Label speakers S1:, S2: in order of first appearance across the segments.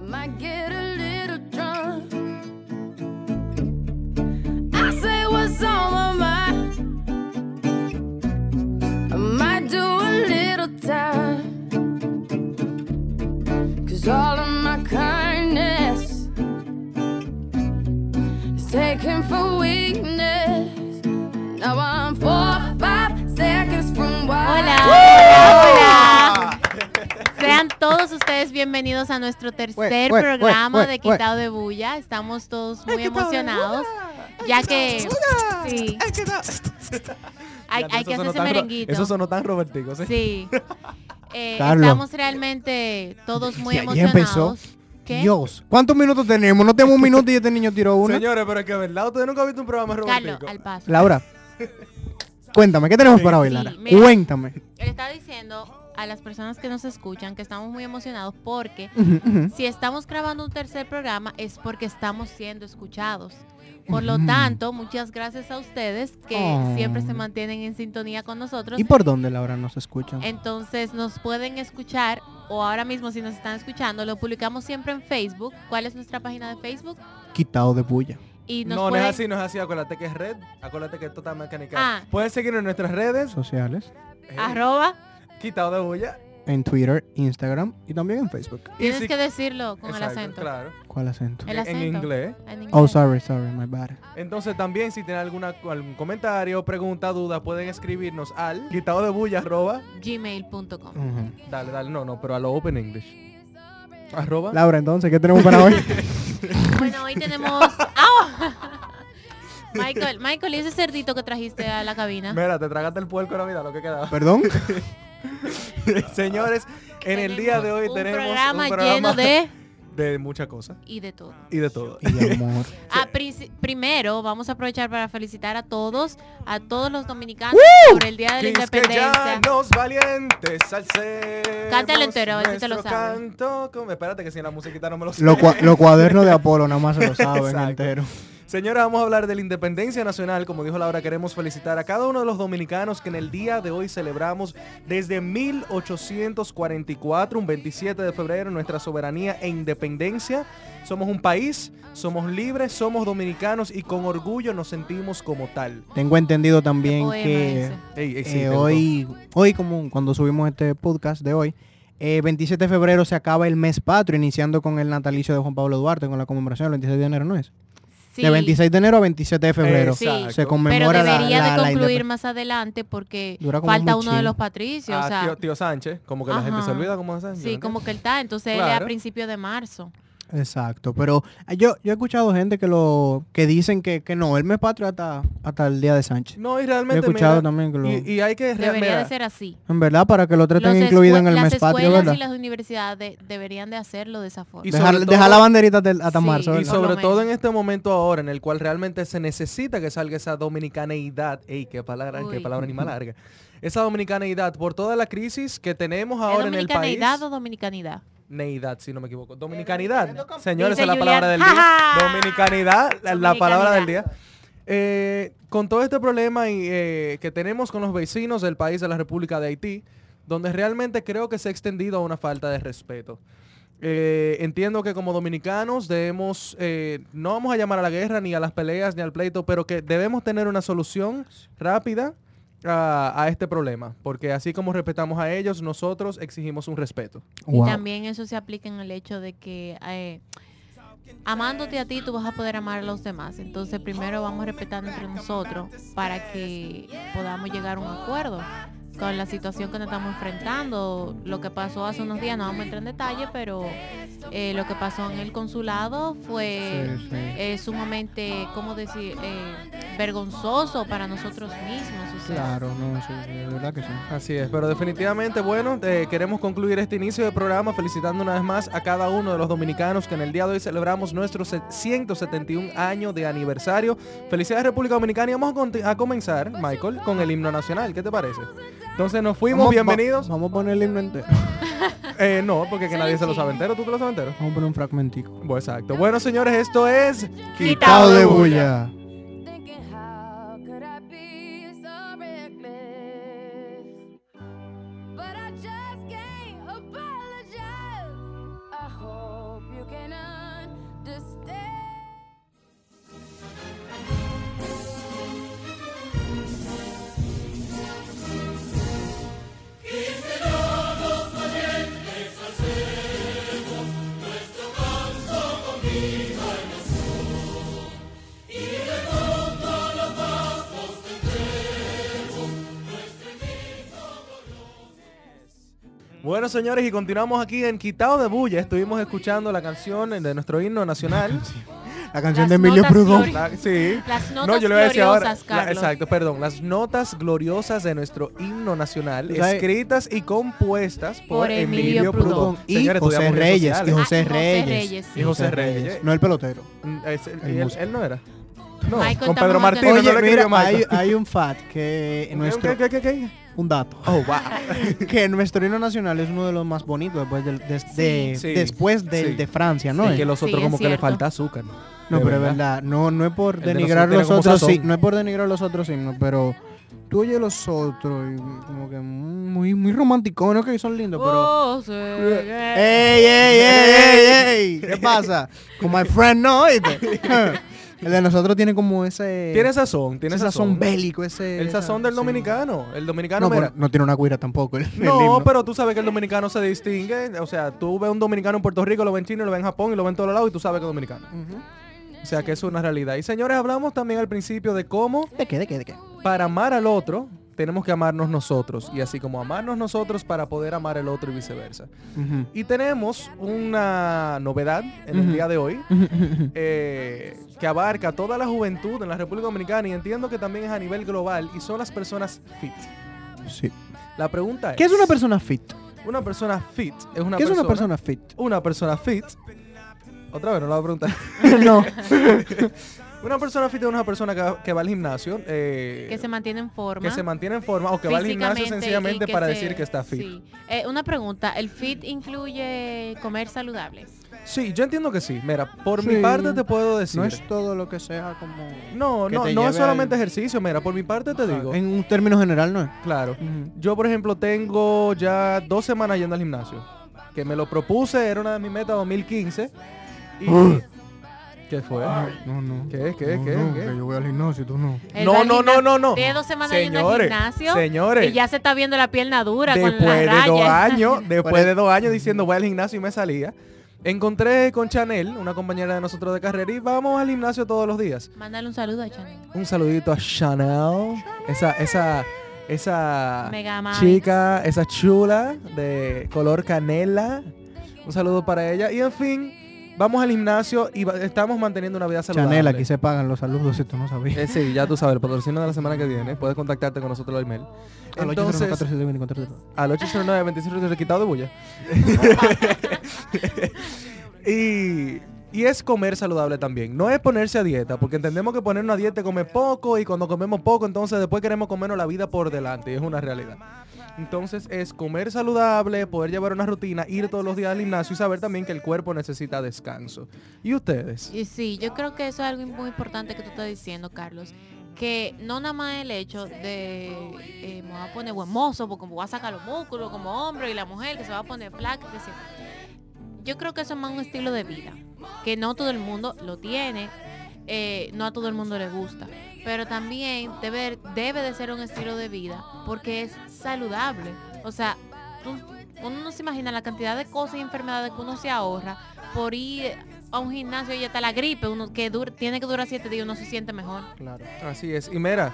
S1: might get a little drunk. I say what's on my mind. I might do a little time. Cause all of my kindness is taken for weakness. Now I'm four, five seconds from wild.
S2: Hola, hola, hola. Sean todos ustedes bienvenidos a nuestro tercer
S3: ué, ué,
S2: programa
S3: ué,
S2: de
S3: ué.
S2: Quitado de Bulla. Estamos todos muy emocionados, ya que sí, hay, hay que hacer ese merenguito.
S4: Eso sonó tan robertico, ¿sí?
S2: Sí. Eh,
S3: Carlos.
S2: estamos realmente todos muy
S3: Y ahí empezó.
S2: emocionados. ¿Qué?
S3: Dios, ¿cuántos minutos tenemos? No tenemos un minuto y este niño tiró uno.
S4: Señores, pero es que verdad, ustedes nunca han visto un programa
S2: Carlos,
S4: robertico.
S2: al paso.
S3: Laura, cuéntame, ¿qué tenemos para hoy,
S2: Sí,
S3: Lara?
S2: mira.
S3: Cuéntame.
S2: Le estaba diciendo a las personas que nos escuchan que estamos muy emocionados porque
S3: Ujú, ujú.
S2: Si estamos grabando un tercer programa es porque estamos siendo escuchados. Por lo tanto, muchas gracias a ustedes que
S3: Mm. Oh.
S2: siempre se mantienen en sintonía con nosotros.
S3: ¿Y por dónde, Laura, nos escuchan?
S2: Eh. Entonces nos pueden escuchar o ahora mismo si nos están escuchando, lo publicamos siempre en Facebook. ¿Cuál es nuestra página de Facebook?
S3: Quitado de bulla.
S2: Y nos
S4: No, no
S2: pueden-
S4: es así, no es así. Acuérdate que es red. Acuérdate que es total mecánica.
S2: Ah.
S4: Pueden seguirnos en nuestras redes.
S3: Sociales,
S4: eh,
S2: arroba.
S4: Quitado de bulla.
S3: en Twitter, Instagram y también en Facebook.
S2: Tienes
S4: si-
S2: que decirlo con el
S4: Exacto,
S2: acento.
S4: Claro.
S3: ¿Cuál acento?
S2: El
S4: En
S2: acento.
S4: inglés.
S2: En
S3: Oh,
S2: inglés.
S3: sorry, sorry, my bad.
S4: Entonces también si tienen alguna, algún comentario, pregunta, duda, pueden escribirnos al quitado de bulla arroba.
S2: Gmail.com.
S3: Ujú.
S4: Dale, dale, no, no, pero a lo open English. Arroba.
S3: Laura, entonces, ¿qué tenemos para hoy?
S2: Bueno, hoy tenemos. ¡Au! Michael, Michael, ¿y ese cerdito que trajiste a la cabina?
S4: Mira, te tragaste el puerco Navidad, lo que quedaba.
S3: Perdón.
S4: Señores, en el día de hoy tenemos
S2: un programa, lleno de
S4: de mucha cosa
S2: y de todo.
S4: y de todo.
S3: Y amor.
S2: Ah, pri- primero vamos a aprovechar para felicitar a todos, a todos los dominicanos por el Día de la Independencia.
S4: Quisqueyanos valientes al ser.
S2: Cántalo entero, a ver si te lo sabes.
S4: Canto con- Espérate que si en la musiquita no me lo sé.
S3: Los cua- los cuadernos de Apolo nada más se lo saben
S4: Exacto.
S3: entero.
S4: Señora, vamos a hablar de la independencia nacional. Como dijo Laura, queremos felicitar a cada uno de los dominicanos que en el día de hoy celebramos desde 1844, un 27 de febrero, nuestra soberanía e independencia. Somos un país, somos libres, somos dominicanos y con orgullo nos sentimos como tal.
S3: Tengo entendido
S2: Qué
S3: también
S2: poema
S3: que
S2: ese.
S4: Ey, ey, sí,
S3: eh,
S4: te gustó.
S3: hoy, hoy como cuando subimos este podcast de hoy, eh, 27 de febrero se acaba el mes patrio, iniciando con el natalicio de Juan Pablo Duarte, con la conmemoración del 26 de enero, ¿no es?
S2: Sí,
S3: De 26 de enero a 27 de febrero.
S2: Sí.
S4: Exacto.
S3: Se
S2: pero
S3: conmemora la-
S2: debería
S3: la, la
S2: de concluir
S3: independ-
S2: más adelante porque
S3: Dura como
S2: falta
S3: muy
S2: uno de
S3: chino.
S2: los patricios.
S4: Ah,
S2: o sea,
S4: tío, tío Sánchez, como que la gente se
S2: Ajá.
S4: olvida cómo es Sánchez.
S2: sí,
S4: ¿no?
S2: como que él está. Entonces él es
S4: Claro.
S2: a principios de marzo.
S3: Exacto, pero eh, yo, yo he escuchado gente que lo que dicen que, que no, el mes patrio hasta, hasta el día de Sánchez.
S4: No, y
S3: Yo he
S4: realmente
S3: escuchado
S4: mira,
S3: también que lo...
S4: y, y hay que
S2: Debería de
S4: mira,
S2: ser así.
S3: En verdad, para que lo traten
S2: Los
S3: incluido
S2: escue-
S3: en el
S2: las
S3: mes patrio,
S2: escuelas
S3: ¿verdad?
S2: y las universidades de- deberían de hacerlo de esa forma.
S4: Y
S3: Dejar,
S4: sobre
S3: dejar
S4: todo-
S3: la banderita del- hasta
S2: Sí,
S3: marzo,
S2: y
S4: Y
S3: ¿verdad?
S2: Por lo
S4: sobre todo
S2: menos.
S4: en este momento ahora, en el cual realmente se necesita que salga esa dominicaneidad. Ey, qué palabra, qué
S2: Uy.
S4: palabra ni más larga. Esa dominicaneidad por toda la crisis que tenemos ahora
S2: ¿Es
S4: en el país.
S2: dominicanidad o dominicanidad?
S4: Neidad, si no me equivoco. Dominicanidad. Señores,
S2: Dice
S4: es la palabra del
S2: Julián,
S4: día.
S2: "Ja, ja".
S4: Dominicanidad, la, la palabra del día.
S2: Dominicanidad.
S4: Eh, con todo este problema y, eh, que tenemos con los vecinos del país de la República de Haití, donde realmente creo que se ha extendido a una falta de respeto. Eh, entiendo que como dominicanos debemos, eh, no vamos a llamar a la guerra, ni a las peleas, ni al pleito, pero que debemos tener una solución rápida a, a este problema, porque así como respetamos a ellos, nosotros exigimos un respeto.
S3: Wow.
S2: Y también eso se aplica en el hecho de que eh, amándote a ti tú vas a poder amar a los demás. Entonces primero vamos respetando entre nosotros para que podamos llegar a un acuerdo con la situación que nos estamos enfrentando. Lo que pasó hace unos días, no vamos a entrar en detalle, pero eh, lo que pasó en el consulado fue
S3: Sí, sí.
S2: eh, sumamente, ¿cómo decir?, Eh, vergonzoso para nosotros mismos. o sea,
S3: Claro, no, sí, de verdad que sí.
S4: Así es, pero definitivamente, bueno, eh, queremos concluir este inicio de programa felicitando una vez más a cada uno de los dominicanos que en el día de hoy celebramos nuestro se- 171 año de aniversario. Felicidades República Dominicana y vamos a, conti- a comenzar, Michael, con el himno nacional. ¿Qué te parece? Entonces nos fuimos,
S3: Vamos- va-
S4: bienvenidos.
S3: vamos a poner el himno entero.
S4: Eh, no, porque que nadie se lo
S2: Sí.
S4: sabe entero, tú te lo sabes entero.
S3: Vamos a poner un fragmentico.
S4: Bueno, exacto. Bueno, señores, esto es
S2: Quitado de
S3: bulla.
S1: Thinking, how could I be so reckless? But I just
S4: Bueno, señores, y continuamos aquí en Quitado de Bulla. Estuvimos escuchando la canción de nuestro himno nacional.
S3: La canción
S2: Las
S3: de Emilio
S2: notas flori-
S3: Prudhomme.
S4: La- sí.
S2: Las notas
S4: no, yo le voy a decir ahora.
S2: gloriosas,
S4: la-
S2: Carlos.
S4: exacto, perdón. Las notas gloriosas de nuestro himno nacional,
S3: O sea,
S4: escritas y compuestas por,
S2: por Emilio
S4: Emilio Prudón.
S2: Prudhomme.
S3: Y José Reyes, y
S2: Ah,
S3: José
S2: y José
S3: Reyes.
S2: Reyes, sí.
S3: Y José Reyes. No el pelotero.
S2: Ah,
S4: él,
S3: Hermoso.
S4: él no era. No,
S2: Michael,
S4: con
S2: estamos
S4: Pedro
S2: hablando-
S4: Martínez.
S3: Oye,
S4: no le
S3: mira,
S4: escribió Michael.
S3: hay, hay un fat que
S4: ¿Qué,
S3: nuestro...
S4: qué, qué, qué?
S3: Un dato.
S4: Oh, wow.
S3: que nuestro himno nacional es uno de los más bonitos después del des- de,
S4: Sí.
S3: después del
S4: Sí.
S3: de Francia, ¿no?
S4: Es que
S3: Eh,
S4: los
S2: Sí,
S4: otros
S2: es
S4: como que le
S2: cierto.
S4: falta azúcar.
S3: no,
S4: De
S3: pero es verdad. No, no es por
S4: El de
S3: denigrar
S4: nosotros
S3: los
S4: tiene como
S3: otros
S4: sazón.
S3: sí, no es por denigrar los otros himnos, pero tú oyes los otros y como que muy muy románticos, ¿no? Que son lindos, pero
S2: Oh, José
S4: Eh,
S2: Reyes.
S3: ¡Ey, ey, ey, ey, ey! ¿Qué pasa? Con my friend, ¿no? ¿Oíste? El de nosotros tiene como ese...
S4: Tiene sazón, tiene
S3: ese eh, sazón
S4: sazón.
S3: bélico, ese...
S4: El
S3: esa-
S4: sazón del
S3: sí.
S4: dominicano. El dominicano,
S3: No,
S4: mira.
S3: pero no tiene una cuira tampoco. el- el
S4: No,
S3: himno.
S4: pero tú sabes que el dominicano se distingue. O sea, tú ves un dominicano en Puerto Rico, lo ves en China, lo ves en Japón y lo ves en todos lados y tú sabes que es dominicano.
S3: Ujú.
S4: O sea, que es una realidad. Y señores, hablamos también al principio de cómo
S3: ¿De qué, de qué, de qué?
S4: para amar al otro tenemos que amarnos nosotros. Y así como amarnos nosotros para poder amar al otro y viceversa.
S3: Ujú.
S4: Y tenemos una novedad en el
S3: Ujú.
S4: día de hoy eh, que abarca a toda la juventud en la República Dominicana y entiendo que también es a nivel global y son las personas fit.
S3: Sí.
S4: La pregunta es...
S3: ¿Qué es una persona fit?
S4: Una persona fit es una
S3: ¿Qué es una
S4: persona
S3: persona fit?
S4: una persona fit. Otra vez, no la voy a preguntar.
S3: no.
S4: Una persona fit es una persona que, que va al gimnasio. eh,
S2: que se mantiene en forma.
S4: que se mantiene en forma o que va al gimnasio
S2: físicamente y
S4: sencillamente
S2: que
S4: para
S2: se-
S4: decir que está fit. Sí.
S2: sí. Eh, una pregunta, ¿el fit incluye comer saludable?
S4: yo entiendo que sí. Mira, por
S3: Sí.
S4: mi parte te puedo decir.
S3: No es todo lo que sea como...
S4: no,
S3: que
S4: no,
S3: te
S4: no es
S3: lleve
S4: solamente
S3: al-
S4: ejercicio. Mira, por mi parte te digo.
S3: En un término general no es.
S4: Claro. Yo, por ejemplo, tengo ya dos semanas yendo al gimnasio. Que me lo propuse, era una de mis metas 2015. Y... ¿Qué fue?
S3: No, no.
S4: ¿Qué, qué,
S3: No,
S4: qué,
S3: no,
S4: qué?
S3: Que yo voy al gimnasio, tú no.
S2: Él va
S4: No,
S2: al
S4: no,
S2: gimnasio-
S4: no, no, no.
S2: Tiene dos semanas yendo al
S4: Señores,
S2: gimnasio.
S4: señores.
S2: Y ya se está viendo la pierna dura con la
S4: después de
S2: raya.
S4: dos años, después
S3: Pare-
S4: de dos años diciendo voy al gimnasio y me salía. Encontré con Chanel, una compañera de nosotros de carrera, y vamos al gimnasio todos los días.
S2: Mándale un saludo a Chanel.
S4: Un saludito a Chanel, esa, esa, esa
S2: Mega Mind.
S4: chica, esa chula de color canela. Un saludo para ella. Y en fin, vamos al gimnasio y va- estamos manteniendo una vida saludable.
S3: Chanel, aquí se pagan los saludos si tú no sabías.
S4: Eh, sí, ya tú sabes, el patrocinio de la semana que viene. Puedes contactarte con nosotros al email.
S3: A los
S4: Entonces,
S3: 809-1470 encontrarte.
S4: al 809 27 quitado de bulla. y, y es comer saludable también. No es ponerse a dieta, porque entendemos que poner una dieta es comer poco y cuando comemos poco, entonces después queremos comernos la vida por delante. Y es una realidad. Entonces es comer saludable, poder llevar una rutina, ir todos los días al gimnasio y saber también que el cuerpo necesita descanso. ¿Y ustedes?
S2: Y sí, yo creo que eso es algo muy importante que tú estás diciendo, Carlos. Que no nada más el hecho de eh, me voy a poner buen mozo, porque me voy a sacar los músculos como hombre y la mujer que se va a poner flaca. Que se... Yo creo que eso es más un estilo de vida, que no todo el mundo lo tiene, eh, no a todo el mundo le gusta. Pero también debe, debe de ser un estilo de vida porque es saludable. O sea, tú- uno no se imagina la cantidad de cosas y enfermedades que uno se ahorra por ir a un gimnasio y hasta la gripe, uno que dura- tiene que durar siete días, uno se siente mejor.
S3: Claro.
S4: Así es. Y mira,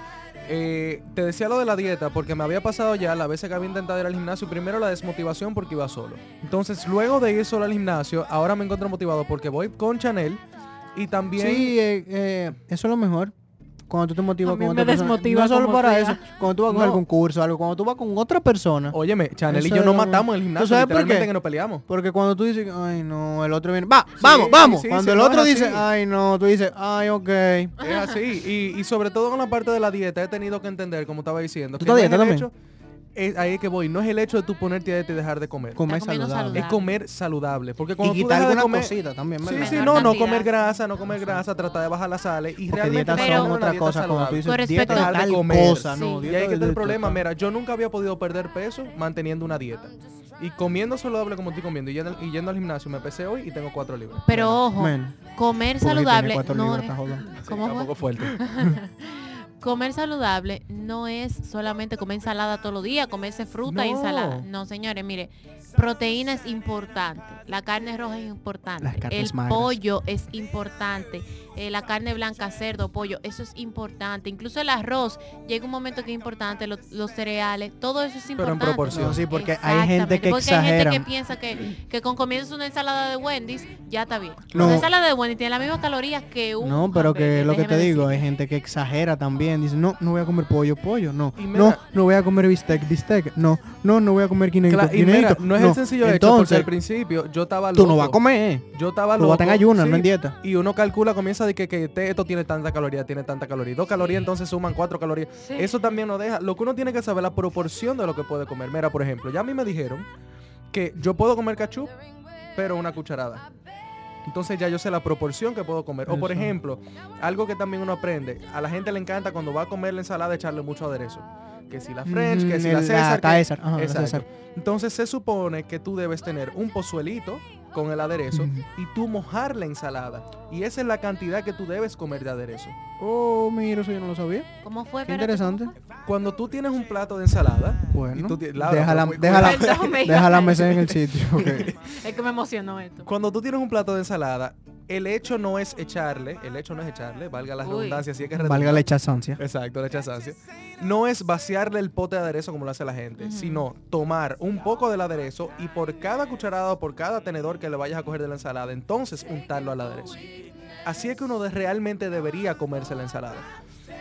S4: eh, te decía lo de la dieta porque me había pasado ya la veces que había intentado ir al gimnasio. Primero la desmotivación porque iba solo. Entonces, luego de ir solo al gimnasio, ahora me encuentro motivado porque voy con Chanel y también...
S3: Sí, eh, eh, eso es lo mejor. Cuando tú te motivas
S2: A mí
S3: con
S2: me
S3: otra persona.
S2: desmotiva
S3: No solo
S2: como
S3: para
S2: sea.
S3: eso. Cuando tú vas con
S4: No.
S3: algún curso, algo. Cuando tú vas con otra persona.
S4: Óyeme, Chanel y
S3: Eso
S4: yo
S3: es
S4: no
S3: lo-
S4: matamos en el gimnasio.
S3: ¿Tú sabes por qué?
S4: literalmente que nos peleamos.
S3: Porque cuando tú dices, ay no, el otro viene, va, vamos, vamos.
S4: sí, sí,
S3: cuando el
S4: no, es
S3: otro dice,
S4: así.
S3: ay no, tú dices, ay ok.
S4: Es así. Y, y sobre todo con la parte de la dieta he tenido que entender, como estaba diciendo,
S3: ¿Tú
S4: que
S3: estás
S4: no es
S3: dieta
S4: el
S3: también?
S4: hecho... es ahí es que voy. No es el hecho de tú ponerte a dieta y dejar de comer.
S3: Comer
S2: comiendo
S3: saludable.
S4: es comer saludable. Porque cuando
S3: Y
S4: tú dejas
S3: quitar
S4: de
S3: alguna
S4: comer...
S3: cosita también,
S4: Sí,
S3: ¿verdad?
S4: sí,
S2: menor
S4: no, no
S2: cantidad.
S4: comer grasa, no comer grasa, tratar de bajar las sales y
S3: Porque
S4: realmente
S3: dietas
S2: Pero-
S4: tener
S3: son
S4: una
S3: otra
S4: dieta
S3: cosa. Cuando tú
S4: saludable.
S3: dices,
S2: Con respecto
S3: dieta
S2: a
S3: de
S4: dejar de
S3: tal
S4: comer,
S3: cosa,
S2: sí.
S3: no.
S2: Y
S4: Y
S3: dieta
S4: ahí que está
S3: de-
S4: el problema,
S3: de-
S4: mira, yo nunca había podido perder peso manteniendo una dieta. Y comiendo saludable como estoy comiendo y yendo, y yendo al gimnasio, me pesé hoy y tengo cuatro libras.
S2: Pero ojo,
S3: Men,
S2: comer
S3: porque tiene
S2: saludable
S3: cuatro
S2: no
S3: libras, está
S2: es-
S3: jodido.
S4: Sí,
S2: ¿cómo
S4: está un
S2: fue?
S4: poco fuerte.
S2: comer saludable no es solamente comer ensalada todos los días, comerse fruta y
S4: No.
S2: ensalada. No, señores, mire, proteína es importante, la carne roja es importante,
S3: Las carnes
S2: el
S3: magras.
S2: pollo es importante, eh, la carne blanca, cerdo, pollo, eso es importante. Incluso el arroz, llega un momento que es importante, lo- los cereales, todo eso es
S4: Pero en
S2: importante.
S4: proporción.
S3: No, sí, porque hay gente
S2: Exactamente,
S3: que
S2: porque hay gente que
S3: exagera.
S2: piensa que, que con comienzas una ensalada de Wendy's, ya está bien.
S3: No.
S2: Una ensalada de Wendy's tiene las mismas calorías que un
S3: No, pero que
S2: hamburger,
S3: lo que
S2: déjeme
S3: te digo,
S2: decirle.
S3: hay gente que exagera también. Dice, no, no voy a comer pollo, pollo, no.
S4: Y
S3: No,
S4: mira-
S3: no voy a comer bistec, bistec. No, no, no voy a comer quineo,
S4: Cla- y
S3: quineo.
S4: mira, no es el sencillo hecho, porque
S3: Entonces,
S4: al principio yo estaba loco.
S3: tú no vas a comer.
S4: Yo estaba
S3: Tú vas a
S4: loco.
S3: estar en ayunas, no en dieta.
S4: Y uno calcula, comienza de que, que este- esto tiene tanta caloría, tiene tanta caloría. Dos calorías, entonces suman cuatro calorías. Eso también nos deja. Lo que uno tiene que saber la proporción de lo que puede comer. Mira, por ejemplo, ya a mí me dijeron que yo puedo comer cachup, pero una cucharada. Entonces ya yo sé la proporción que puedo comer. O por
S3: Eso.
S4: ejemplo, algo que también uno aprende. A la gente le encanta cuando va a comer la ensalada echarle mucho aderezo. Que si la French, que
S3: Mm,
S4: si la
S3: el-
S4: César. que-
S3: Caesar, ajá, la
S4: Exacto.
S3: César.
S4: Entonces se supone que tú debes tener un pozuelito con el aderezo
S3: Ujú.
S4: y tú mojar la ensalada. Y esa es la cantidad que tú debes comer de aderezo.
S3: Oh, mira, eso yo no lo sabía.
S2: ¿Cómo fue?
S3: Qué
S2: Espérate, ¿cómo
S3: interesante.
S2: fue?
S4: Cuando tú tienes un plato de ensalada,
S3: Bueno,
S4: tú ti- Laura,
S3: déjala,
S4: muy-
S3: déjala,
S2: Perdón, me iba
S3: déjala
S2: a-
S3: mecer en el sitio. ok.
S2: Es que me emocionó esto.
S4: cuando tú tienes un plato de ensalada, el hecho no es echarle, el hecho no es echarle, valga la
S2: Uy.
S4: redundancia, así es que es
S3: Valga la
S4: redundante.
S3: hechazancia.
S4: Exacto, la hechazancia. No es vaciarle el pote de aderezo como lo hace la gente,
S2: Ujú.
S4: sino tomar un poco del aderezo y por cada cucharada o por cada tenedor que le vayas a coger de la ensalada, entonces untarlo al aderezo. Así es que uno de- realmente debería comerse la ensalada.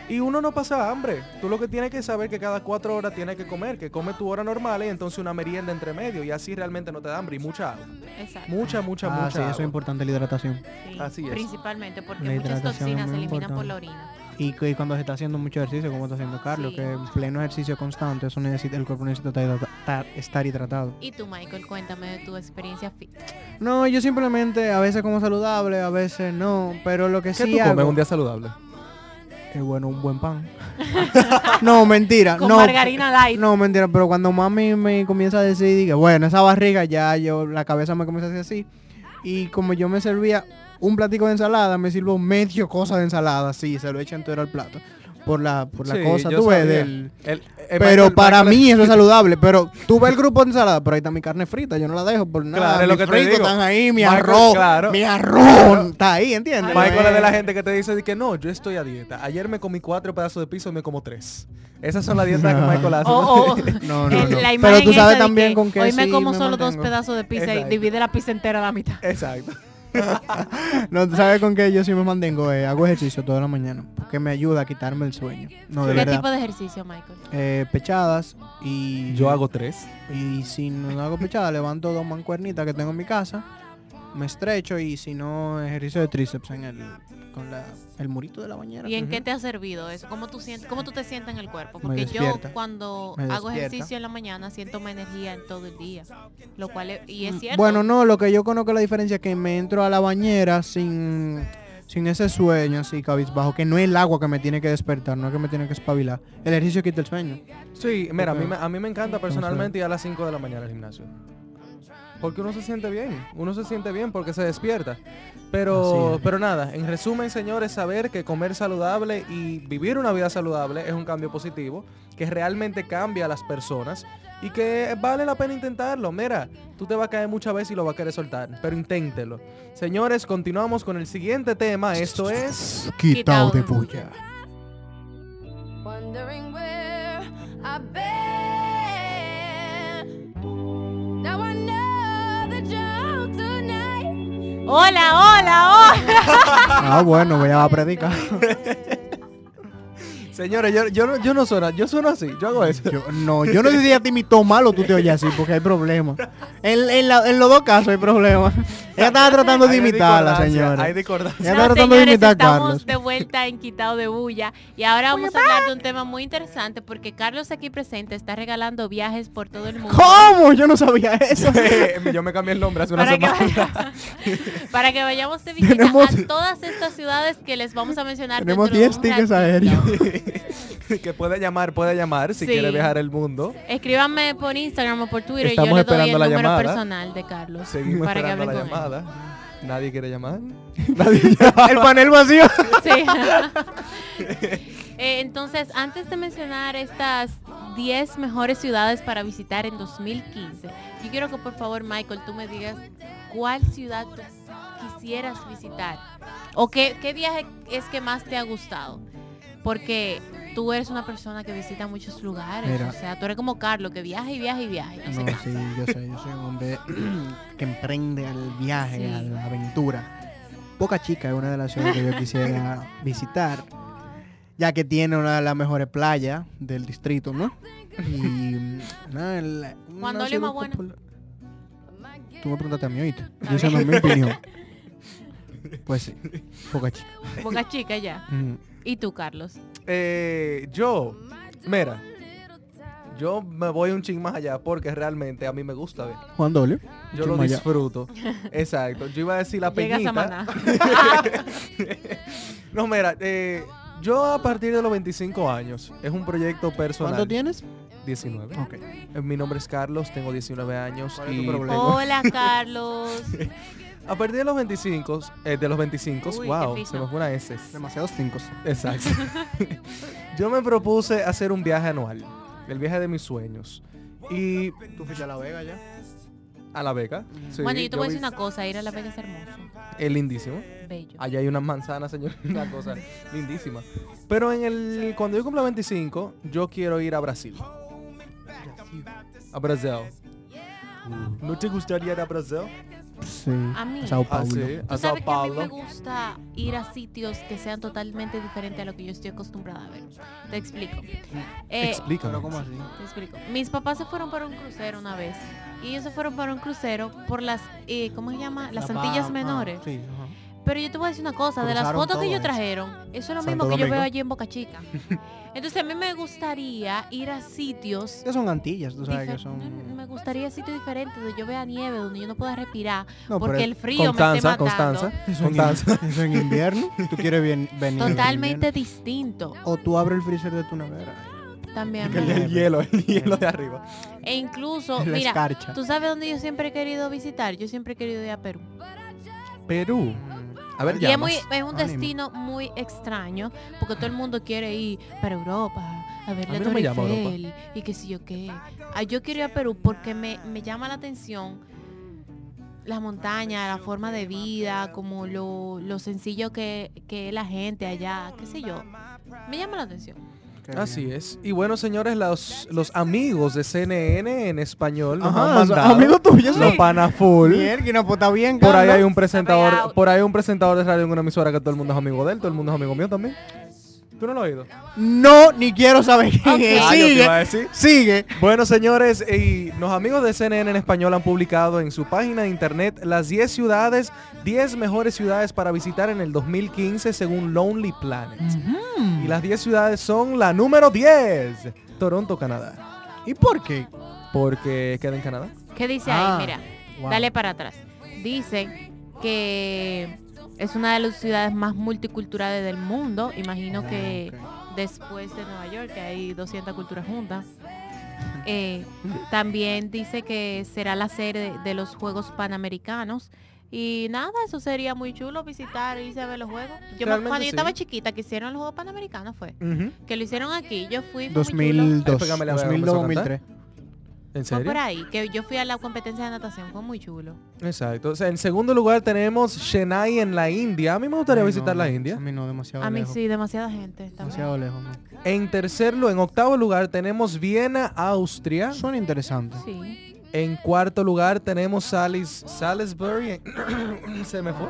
S4: Y uno no pasa hambre. Tú lo que tienes que saber que cada cuatro horas tienes que comer, que come tu hora normal y entonces una merienda entre medio y así realmente no te da hambre y mucha agua.
S2: Exacto.
S4: Mucha, mucha,
S3: Ah,
S4: mucha
S3: sí,
S4: agua.
S3: eso es importante, la hidratación.
S2: sí,
S4: así es.
S2: Principalmente porque
S3: La
S2: muchas
S3: hidratación es
S2: toxinas se
S3: muy
S2: eliminan por
S3: importante.
S2: la orina.
S3: Y, que- y cuando se está haciendo mucho ejercicio, como está haciendo Carlos,
S2: Sí.
S3: que en pleno ejercicio constante, eso necesita, el cuerpo necesita estar hidrata- estar- estar hidratado.
S2: Y tú, Michael, cuéntame de tu experiencia fit.
S3: No, yo simplemente a veces como saludable, a veces no, pero lo que
S4: ¿Qué
S3: sí
S4: tú
S3: hago
S4: comes un día saludable?
S3: es bueno un buen pan. no, mentira,
S2: Con
S3: Ah, no.
S2: margarina light.
S3: No, mentira, pero cuando mami me comienza a decir, que bueno, esa barriga ya yo la cabeza me comienza a hacer así y como yo me servía un platico de ensalada, me sirvo medio cosa de ensalada, sí, se lo echan entero al plato por la por la
S4: Sí,
S3: cosa
S4: yo
S3: tú ves
S4: sabía.
S3: del
S4: El- el
S3: pero
S4: Michael-
S3: para
S4: Michael-
S3: mí eso es saludable. Pero tú ves el grupo de ensalada, pero ahí está mi carne frita, yo no la dejo por nada.
S4: Claro, es lo
S3: Mis
S4: que te
S3: fritos
S4: digo.
S3: están ahí, mi
S4: Michael,
S3: arroz,
S4: claro.
S3: mi arroz está ahí, ¿entiendes?
S4: Michael es de la
S3: Eh,
S4: gente que te dice de que no, yo estoy a dieta. Ayer me comí cuatro pedazos de piso y me como tres. Esas son las dietas que Michael hace.
S2: Oh, oh.
S3: No, no,
S2: El- la
S3: no. Pero tú
S2: imagen
S3: sabes
S2: esa de
S3: también con qué
S2: Hoy me
S3: sí
S2: como
S3: me
S2: solo
S3: mantengo.
S2: dos pedazos de pizza
S4: Exacto.
S2: y divide la pizza entera a la mitad.
S4: Exacto.
S3: No, tú sabes con qué yo sí me mantengo. eh, hago ejercicio toda la mañana. Porque me ayuda a quitarme el sueño. No, de
S2: ¿Qué
S3: verdad.
S2: tipo de ejercicio, Michael?
S3: Eh, pechadas y
S4: Yo hago tres.
S3: y si no hago pechadas levanto dos mancuernitas que tengo en mi casa me estrecho y si no ejercicio de tríceps en el con la- el murito de la bañera
S2: ¿Y en
S3: Ujú.
S2: qué te ha servido eso? ¿Cómo tú, sientes, cómo tú te sientes en el cuerpo?
S3: Me
S2: Porque yo
S3: despierta.
S2: cuando
S3: Me
S2: hago
S3: despierta.
S2: ejercicio en la mañana siento más energía en todo el día. Lo cual es- y es cierto.
S3: Mm, Bueno, no, lo que yo conozco la diferencia es que me entro a la bañera sin, sin ese sueño así cabizbajo, que no es el agua que me tiene que despertar, no es que me tiene que espabilar. El ejercicio quita el sueño.
S4: Sí, mira, a mí,
S3: Ok.
S4: me, a mí me encanta personalmente ir a las 5 de la mañana al gimnasio. Porque uno se siente bien, uno se siente bien porque se despierta.
S3: Así
S4: Pero,
S3: es.
S4: pero nada, en resumen, señores, saber que comer saludable y vivir una vida saludable es un cambio positivo, que realmente cambia a las personas y que vale la pena intentarlo. Mira, tú te vas a caer muchas veces y lo vas a querer soltar, pero inténtelo. Señores, continuamos con el siguiente tema. Esto es...
S2: Quitado de
S3: bulla.
S1: Wondering where I've been. Now I know the joke tonight.
S2: Hola, hola, hola.
S3: Ah, bueno, voy a predicar.
S4: Señores, yo, yo, no- yo no suena, yo sueno así, yo hago eso.
S3: Yo- no, yo no sé si a ti mi malo tú te oyes así, porque hay problemas. En, en la- en los dos casos hay problemas. Ella estaba tratando de
S4: Hay
S3: imitarla,
S4: discordancia,
S3: señora.
S4: Hay discordancia.
S3: Ya
S2: No,
S3: está tratando de
S2: señores,
S3: imitar a
S2: estamos
S3: Carlos.
S2: de vuelta en Quitado de Bulla y ahora vamos a hablar de un tema muy interesante porque Carlos aquí presente está regalando viajes por todo el mundo.
S3: ¿Cómo? Yo no sabía eso.
S4: Yo me cambié el nombre hace una
S2: Para que,
S4: semana.
S2: vaya- para que vayamos de visita
S3: Tenemos-
S2: a todas estas ciudades que les vamos a mencionar.
S3: Tenemos
S2: dentro de
S3: 10
S2: un
S3: tickets
S2: ratito.
S3: aéreos.
S4: que puede llamar, puede llamar si
S2: Sí.
S4: quiere viajar el mundo.
S2: Escríbanme por Instagram o por Twitter
S4: Estamos
S2: y yo le doy
S4: esperando
S2: el
S4: la
S2: número
S4: llamada.
S2: personal de Carlos
S4: Seguimos
S2: para que
S4: esperando
S2: hable
S4: la
S2: con él.
S4: llamada. Nadie quiere llamar.
S3: El panel vacío.
S2: Sí. Eh, entonces, antes de mencionar estas 10 mejores ciudades para visitar en 2015, yo quiero que por favor, Michael, tú me digas cuál ciudad tú quisieras visitar? ¿O qué, qué viaje es que más te ha gustado? Porque tú eres una persona que visita muchos lugares.
S3: Mira.
S2: O sea, tú eres como Carlos, que viaja y viaja y viaja. y no sé
S3: No,
S2: qué.
S3: sí, yo soy, yo soy un hombre que emprende al viaje,
S2: Sí.
S3: a la aventura. Boca Chica es una de las ciudades que yo quisiera visitar, ya que tiene una de las mejores playas del distrito, ¿no? Y mm, nada, el- una
S2: Juan Dolio es
S3: ciudad
S2: más buena.
S3: popular- Tú me preguntaste a mí, ¿oíste?
S2: Está
S3: Yo hice
S2: bien.
S3: mi opinión. Pues sí, Boca Chica.
S2: Boca chica ya.
S3: Mm.
S2: ¿Y tú, Carlos?
S4: Eh, yo, mira, yo me voy un ching más allá porque realmente a mí me gusta ver.
S3: Juan Dolio.
S4: Yo
S3: Chuma
S4: lo
S3: ya.
S4: disfruto. Exacto. Yo iba a decir la
S2: Llegas a
S4: peñita.
S2: Maná.
S4: No, mira, eh, yo a partir de los 25 años, es un proyecto personal.
S3: ¿Cuánto tienes?
S4: 19.
S3: Ok.
S4: Eh, Mi nombre es Carlos, tengo 19 años
S3: ¿Cuál es tu
S4: y
S3: problema?
S2: Hola, Carlos.
S4: a partir de los 25, eh, de los 25,
S2: Uy, qué
S4: wow,
S2: fino.
S4: se me fue una S.
S3: Demasiados cinco.
S4: Exacto. yo me propuse hacer un viaje anual, el viaje de mis sueños. Y
S3: ¿Tú fuiste a La Vega ya?
S4: a la beca, sí,
S2: bueno, yo te voy a
S4: vi-
S2: decir una cosa. Ir a La Vega es hermoso.
S4: Es lindísimo.
S2: Bello.
S4: Allá hay unas manzanas, señor, una cosa lindísima. Pero en el cuando yo cumpla 25, yo quiero ir a Brasil. A Brasil. ¿No te gustaría ir a Brasil?
S3: Sí.
S2: A mí.
S3: Sao
S4: Ah,
S3: Paulo.
S4: sí, a
S2: Tú
S4: Sao
S2: sabes que a mí
S4: Paulo.
S2: me gusta ir a sitios que sean totalmente diferentes a lo que yo estoy acostumbrada a ver. Te explico. Eh,
S4: Explícame.
S3: Pero ¿cómo así?
S2: te explico. Mis papás se fueron para un crucero una vez. Y ellos se fueron para un crucero por las, eh, ¿cómo se llama? Las
S3: La
S2: Antillas
S3: Pam-
S2: Menores.
S3: ah, sí, ajá.
S2: Pero yo te voy a decir una cosa, de las
S3: Cruzaron
S2: fotos que
S3: todo
S2: yo
S3: eso.
S2: trajeron, eso es lo
S3: Santo
S2: mismo que yo
S3: Domingo.
S2: veo allí en Boca Chica. Entonces a mí me gustaría ir a sitios
S3: Que son antillas, tú sabes que
S2: difer-
S3: son.
S2: no, me gustaría sitios diferentes donde yo vea nieve, donde yo no pueda respirar,
S3: No,
S2: porque
S3: pero
S2: el frío me esté
S4: Constanza,
S2: matando.
S4: Constanza,
S3: eso en,
S4: Constanza.
S3: eso en invierno. Tú quieres bien, venir. en
S2: Totalmente
S3: invierno.
S2: distinto.
S3: O tú abres el freezer de tu nevera.
S2: También.
S3: Que
S4: El,
S3: le-
S2: ¿verdad?
S4: el hielo, el hielo de arriba.
S2: E incluso,
S3: la
S2: mira,
S3: escarcha.
S2: tú sabes dónde yo siempre he querido visitar. Yo siempre he querido ir a Perú.
S4: Perú. A ver,
S2: Y es, muy,
S4: Pues llamas.
S2: es un
S3: Ánimo.
S2: destino muy extraño, porque todo el mundo quiere ir para Europa, a ver la
S4: A mí no
S2: Torre
S4: me llama Europa.
S2: Eiffel, y qué sé yo qué. Ah, yo quiero ir a Perú porque me, me llama la atención las montañas, la forma de vida, como lo, lo sencillo que, que es la gente allá, qué sé yo. Me llama la atención.
S3: Qué
S4: Así
S3: bien.
S4: es. Y bueno, señores, los, los amigos de CNN en español nos
S3: Ajá,
S4: han
S3: los
S4: mandado
S3: amigos tuyos,
S4: los
S3: sí.
S4: Panaful.
S3: Mierda, pues está bien,
S4: Por ahí
S3: Carlos.
S4: hay un presentador,
S2: Real.
S4: por ahí hay un presentador de radio en una emisora que todo el mundo es amigo de él, todo el mundo es amigo mío también. ¿Tú no lo has oído?
S3: No, ni quiero saber quién
S2: Ok.
S3: es.
S2: Ah,
S4: yo te
S3: Sigue.
S4: iba a decir.
S3: Sigue.
S4: Bueno, señores, y los amigos de CNN en español han publicado en su página de internet las 10 ciudades, 10 mejores ciudades para visitar en el 2015 según Lonely Planet. Y las 10 ciudades son la número 10, Toronto, Canadá.
S3: ¿Y por qué?
S4: Porque queda en Canadá.
S2: ¿Qué dice
S3: Ah,
S2: ahí? Mira,
S3: wow.
S2: dale para atrás. Dice que es una de las ciudades más multiculturales del mundo. Imagino que
S3: Ah,
S2: después de Nueva York, que hay 200 culturas juntas. Eh, también dice que será la sede de los Juegos Panamericanos. Y nada, eso sería muy chulo visitar, irse a ver los juegos. Yo me-
S4: Realmente
S2: cuando yo
S4: sí.
S2: estaba chiquita, que hicieron los Juegos Panamericanos fue. Que lo hicieron aquí, yo fui. fue muy chulo.
S3: 2002.
S4: Pégame la verga,
S3: 2002,
S4: comenzó a cantar.
S3: 2003.
S4: ¿En
S2: Fue
S4: serio?
S2: por ahí, que yo fui a la competencia de natación, fue muy chulo.
S4: Exacto. O sea, en segundo lugar tenemos Chennai en la India. A mí me gustaría
S3: Ay, no,
S4: visitar la
S3: no,
S4: India.
S3: A mí no, demasiado
S2: A mí
S3: lejos.
S2: sí, demasiada gente. También.
S3: Demasiado lejos. man.
S4: En tercero, en octavo lugar tenemos Viena, Austria.
S3: Son interesantes.
S2: Sí.
S4: En cuarto lugar tenemos Salis, Salisbury. en- Se me fue.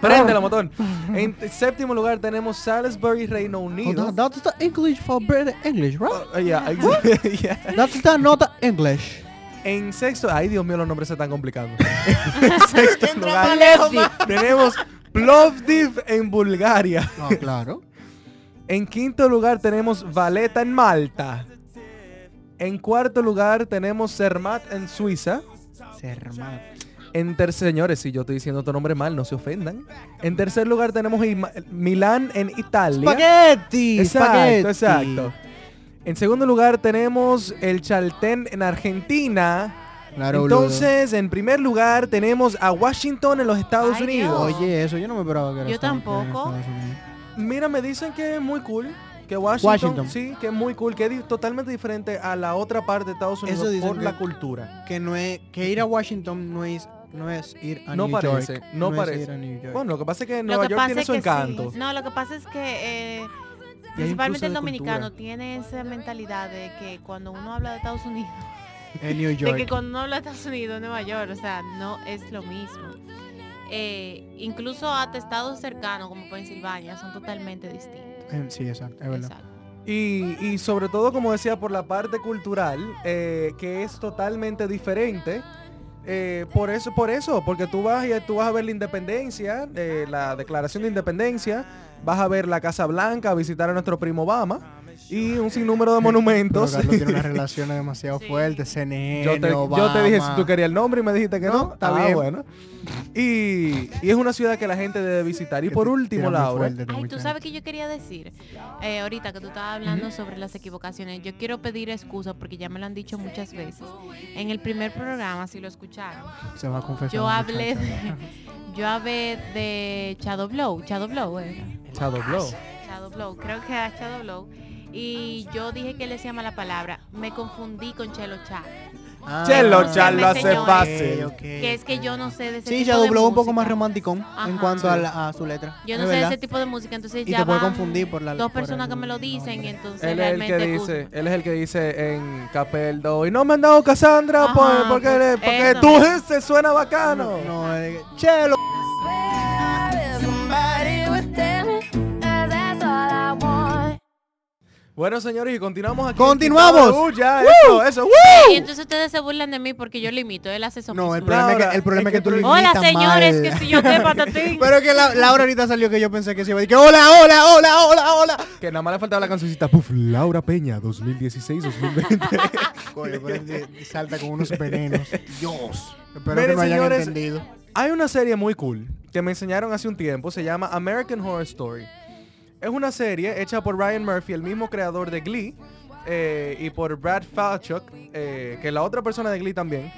S4: Prende la motor. En t- séptimo lugar tenemos Salisbury, Reino
S3: Oh,
S4: Unido.
S3: that- that's the English for better English, right?
S4: Oh, yeah, yeah.
S3: That's the not the English.
S4: En sexto, ay Dios mío, los nombres se están complicando. en sexto lugar tenemos Plovdiv en Bulgaria.
S3: No, Oh, claro.
S4: En quinto lugar tenemos Valeta en Malta. En cuarto lugar tenemos Zermatt en Suiza.
S3: Sermat.
S4: En tercer, señores, si yo estoy diciendo tu nombre mal, no se ofendan. En tercer lugar tenemos Ima- Milán en Italia.
S3: Spaghetti.
S4: Exacto,
S3: spaghetti.
S4: exacto. En segundo lugar tenemos el Chaltén en Argentina.
S3: Claro, boludo.
S4: Entonces, en primer lugar tenemos a Washington en los Estados
S2: Ay,
S4: Unidos.
S2: Dios.
S3: Oye, eso yo no me esperaba que era
S2: Yo
S3: Estados Unidos,
S2: tampoco.
S3: Estados Unidos.
S4: Mira, me dicen que es muy cool. Que Washington,
S3: Washington.
S4: sí, que es muy cool, que es di- totalmente diferente a la otra parte de Estados Unidos
S3: Eso dicen
S4: por
S3: que-
S4: la cultura.
S3: Que no es que ir a Washington no es No es ir a
S4: No
S3: New
S4: parece,
S3: York.
S4: no
S3: es
S4: parece.
S3: ir a New York.
S4: Bueno, lo que pasa es que
S2: Lo
S4: Nueva
S2: que
S4: York
S2: pasa
S4: tiene
S2: es
S4: su
S2: que sí.
S4: encanto.
S2: No, lo que pasa es que eh,
S4: impulso
S2: principalmente el
S4: de
S2: dominicano
S4: cultura.
S2: tiene esa mentalidad de que cuando uno habla de Estados Unidos,
S3: en New
S2: de
S3: York.
S2: que cuando uno habla de Estados Unidos, Nueva York, o sea, no es lo mismo. Eh, incluso hasta estados cercanos como Pensilvania son totalmente distintos.
S3: Eh, Sí, exacto, es verdad.
S2: Exacto.
S4: Y, y sobre todo, como decía, por la parte cultural, eh, que es totalmente diferente. Eh, por eso, por eso, porque tú vas y tú vas a ver la independencia, eh, la declaración de independencia, vas a ver la Casa Blanca, a visitar a nuestro primo Obama y un sinnúmero de
S3: Pero
S4: monumentos.
S3: Carlos tiene una relación demasiado
S2: Sí.
S3: fuerte, CNN,
S4: yo, te, yo te dije si tú querías el nombre y me dijiste que no,
S3: No, está
S4: Ah,
S3: bien.
S4: bueno. Y, y es una ciudad que la gente debe visitar. Y por último, Laura,
S2: Ay, tú sabes que yo quería decir, eh, ahorita que tú estabas hablando sobre las equivocaciones, yo quiero pedir excusa porque ya me lo han dicho muchas veces. En el primer programa, si lo escucharon,
S3: Se va a confesar.
S2: yo
S3: la
S2: hablé
S3: muchacha.
S2: de, yo hablé de Shadow Blow, Shadow Blow era.
S4: Shadow Blow.
S2: Shadow Blow, creo que era Shadow Blow. Y yo dije que le decía mala palabra, me confundí con Chelo Cha,
S3: Ah,
S4: Chelo
S2: Escúchame,
S4: Chal lo hace
S2: señores.
S4: fácil.
S3: Ok, ok.
S2: que es que yo no sé de ese
S3: Sí,
S2: tipo
S3: ya
S2: de
S3: dobló un poco más
S2: música.
S3: romántico en
S2: Ajá.
S3: cuanto a, la- a su letra.
S2: Yo
S3: Es
S2: no sé de
S3: verdad.
S2: ese tipo de música, entonces
S3: Y
S2: ya
S3: te puede
S2: van
S3: confundir por la
S2: dos
S3: por
S2: personas que me lo
S3: el
S2: dicen y
S3: nombre.
S2: entonces
S4: Él es el
S2: realmente
S4: que
S2: excusa.
S4: dice, él es el que dice en Capeldo y no me han dado Cassandra
S2: Ajá,
S4: por- porque,
S2: pues,
S4: porque
S2: eso
S4: tú
S2: mismo.
S4: se suena bacano.
S3: No, no, eh, Chelo.
S1: Somebody would tell me that that's all I want.
S4: Bueno, señores, y continuamos aquí. en
S3: ¡Continuamos!
S4: Quitado de Bulla, eso, eso, ¡woo!
S2: Y entonces ustedes se burlan de mí porque yo lo imito, él hace eso
S3: No, el
S2: mismo.
S3: problema, es que,
S4: Laura,
S3: el problema
S4: es
S3: es que
S4: que
S3: tú lo
S4: pro-
S2: Hola
S3: imitas
S2: señores,
S3: mal.
S2: que si yo te patatín.
S3: Pero que la, Laura ahorita salió que yo pensé que se iba a decir que hola, hola, hola, hola, hola.
S4: Que nada más le faltaba la cancioncita. Puf, Laura Peña, 2016-2020.
S3: Coño, pero es- salta con unos venenos. Dios. Espero
S4: Miren,
S3: que no hayan
S4: señores,
S3: entendido.
S4: Hay una serie muy cool que me enseñaron hace un tiempo, se llama American Horror Story. Es una serie hecha por Ryan Murphy, el mismo creador de Glee, eh, y por Brad Falchuk, eh, que es la otra persona de Glee también,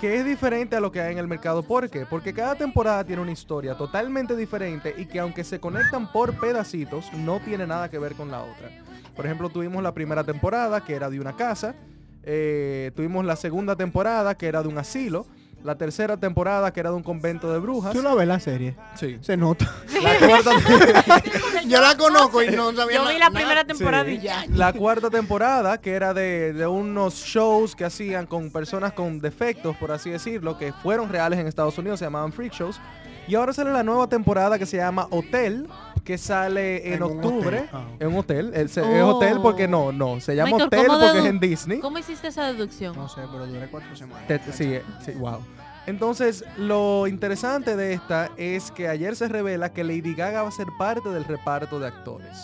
S4: que es diferente a lo que hay en el mercado. ¿Por qué? Porque cada temporada tiene una historia totalmente diferente y que aunque se conectan por pedacitos, no tiene nada que ver con la otra. Por ejemplo, tuvimos la primera temporada, que era de una casa, eh, tuvimos la segunda temporada, que era de un asilo, la tercera temporada, que era de un convento de brujas.
S3: Tú no ves la serie.
S4: Sí.
S3: Se nota.
S4: La cuarta,
S3: Yo la conozco y no sabía
S2: Yo vi la
S3: nada.
S2: primera temporada y
S4: Sí.
S2: ya.
S4: la cuarta temporada, que era de, de unos shows que hacían con personas con defectos, por así decirlo, que fueron reales en Estados Unidos, se llamaban freak shows. Y ahora sale la nueva temporada que se llama Hotel, que sale en,
S3: En un
S4: octubre.
S3: hotel. Ah, ok.
S4: En un hotel. El se- Es
S2: Oh.
S4: hotel porque no, no. Se llama
S2: Michael,
S4: hotel
S2: ¿cómo
S4: porque es
S2: dedu-
S4: en Disney.
S2: ¿Cómo hiciste esa deducción?
S3: No sé, pero duré cuatro semanas.
S4: Te- sí, eh, sí, wow. Entonces, lo interesante de esta es que ayer se revela que Lady Gaga va a ser parte del reparto de actores.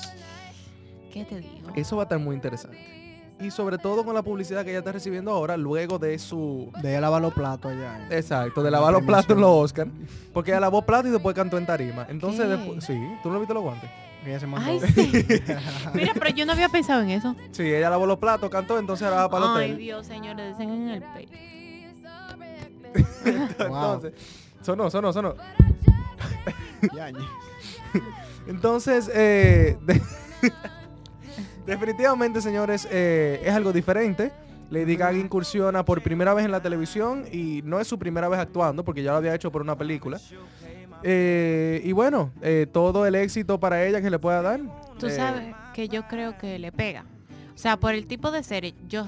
S2: ¿Qué te digo?
S4: Eso va a estar muy interesante. Y sobre todo con la publicidad que ella está recibiendo ahora, luego de su...
S3: De ella lavar los platos allá. eh.
S4: Exacto, de
S3: La
S4: lavar los platos en los
S3: premiación.
S4: Oscar. Porque ella lavó platos y después cantó en tarima. Entonces,
S2: ¿Qué?
S4: después, sí, ¿tú no viste los guantes?
S3: Ella se mandó.
S2: Ay, sí. Mira, pero yo no había pensado en eso.
S4: Sí, ella lavó los platos, cantó, entonces ahora va para el
S2: Ay,
S4: hotel.
S2: Dios, señores, desen en el pecho.
S3: Wow.
S4: Entonces, sonó, sonó, sonó.
S3: Ya, ya.
S4: Entonces, eh, de- definitivamente, señores, eh, es algo diferente. Lady Gaga incursiona por primera vez en la televisión y no es su primera vez actuando porque ya lo había hecho por una película. Eh, y bueno, eh, todo el éxito para ella que le pueda dar.
S2: Tú
S4: Eh,
S2: sabes que yo creo que le pega. O sea, por el tipo de serie, yo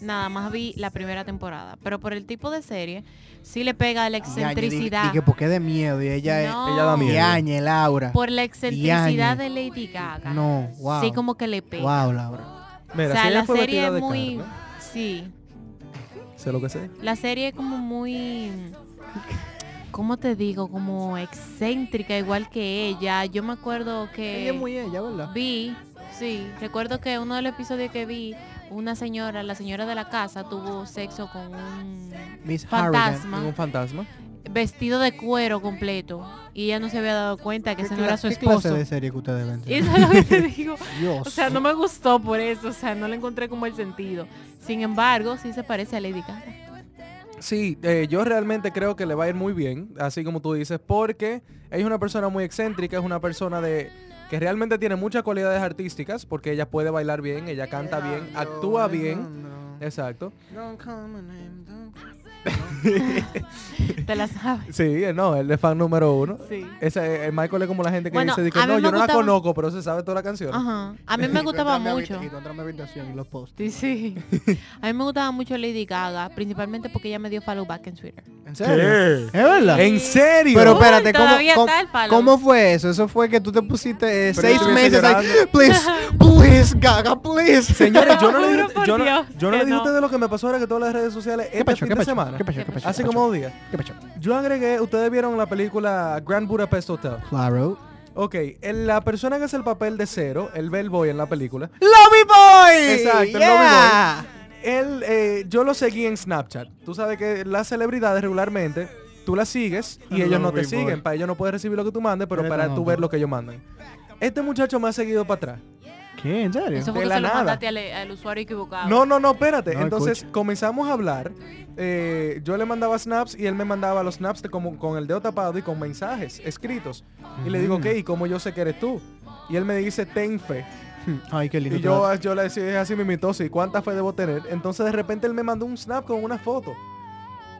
S2: nada más vi la primera temporada, pero por el tipo de serie, sí le pega la
S3: Ya, yo dije-
S2: excentricidad.
S3: Dije, ¿por qué de miedo? Y ella es...
S2: No,
S4: ella da miedo.
S3: Diañe, Laura.
S2: Por la excentricidad
S3: Diañe.
S2: de Lady Gaga.
S3: No, wow.
S2: Sí, como que le pega.
S3: Wow, Laura.
S4: mira,
S2: o sea,
S4: si ella
S2: la
S4: fue
S2: serie
S4: vestida
S2: es
S4: de
S2: muy...
S4: Carla,
S2: Sí,
S4: sé lo que sé.
S2: la serie es como muy... ¿Cómo te digo? Como excéntrica, igual que ella. Yo me acuerdo que...
S3: Ella es muy ella, ¿verdad?
S2: Vi, sí, recuerdo que uno de los episodios que vi, una señora, la señora de la casa, tuvo sexo con un
S3: Miss Harrigan.
S2: fantasma
S4: Un fantasma.
S2: vestido de cuero completo y ella no se había dado cuenta que
S3: ¿Qué
S2: ese no era su
S3: cla- ¿Qué clase
S2: esposo.
S3: de serie que ustedes ven?
S2: Y eso es lo que te digo.
S3: Dios.
S2: O sea, no me gustó por eso, o sea, no le encontré como el sentido. Sin embargo, sí se parece a Lady Gaga.
S4: Sí, eh, yo realmente creo que le va a ir muy bien, así como tú dices, porque ella es una persona muy excéntrica, es una persona de que realmente tiene muchas cualidades artísticas, porque ella puede bailar bien, ella canta bien, actúa bien. Exacto.
S2: Te la sabes.
S4: Sí, eh, no, él es fan número uno.
S2: Sí.
S4: Ese, eh, Michael es como la gente que
S2: Bueno,
S4: dice, dice,
S2: a mí
S4: no,
S2: me
S4: yo no la
S2: gustaba-
S4: conozco, pero se sabe toda la canción.
S2: Ajá. A mí me gustaba mucho.
S3: Y tú entras a mi habitación y los posts.
S2: Sí, sí. A mí me gustaba mucho Lady Gaga, principalmente porque ella me dio follow back en Twitter.
S3: ¿En serio? ¿Es verdad?
S4: ¿En serio?
S3: Pero
S2: Uy,
S3: espérate, ¿cómo,
S2: todavía
S3: cómo,
S2: está el palo.
S3: cómo fue eso? Eso fue que tú te pusiste eh,
S4: Pero
S3: seis
S4: yo estuviese
S3: meses ahí.
S4: llorando.
S3: Please, please, Gaga, please.
S4: Señores, yo no
S2: Te
S4: le
S2: lo
S4: dije,
S2: juro por
S4: yo no,
S2: Dios
S4: yo no le
S2: que
S4: dije a
S2: no.
S4: ustedes lo que me pasó ahora que todas las redes sociales este
S3: pasó?
S4: fin
S3: ¿Qué
S4: de
S3: pasó?
S4: semana.
S3: ¿Qué pasó? ¿Qué pasó?
S4: Hace
S3: ¿Qué pasó?
S4: como dos días.
S3: ¿Qué pasó?
S4: Yo agregué, ustedes vieron la película Grand Budapest Hotel.
S3: Claro.
S4: Ok, el- la persona que hace el papel de cero, el bellboy en la película,
S3: ¡Lobby Boy!
S4: Exacto, el
S3: Yeah.
S4: él, eh, yo lo seguí en Snapchat. Tú sabes que las celebridades regularmente, tú las sigues y
S3: El
S4: ellos no te
S3: lobby boy.
S4: siguen. Para ellos no puedes recibir lo que tú mandes, pero
S3: Pero
S4: para
S3: no,
S4: tú
S3: no.
S4: ver lo que ellos mandan. Este muchacho me ha seguido para atrás.
S3: ¿Qué? ¿En serio?
S2: Eso
S4: De
S2: fue que
S4: la
S2: se lo
S4: nada.
S2: mandaste al, al usuario equivocado.
S4: No, no, no, espérate.
S3: No,
S4: Entonces
S3: escucha.
S4: comenzamos a hablar. Eh, yo le mandaba snaps y él me mandaba los snaps de como, con el dedo tapado y con mensajes escritos. Y le digo,
S3: Ujú.
S4: ok, ¿y cómo yo sé que eres tú? Y él me dice, ten fe.
S3: Ay, qué lindo.
S4: Y yo, yo le decía, así me imitó, sí, ¿cuánta fe debo tener? Entonces de repente él me mandó un snap con una foto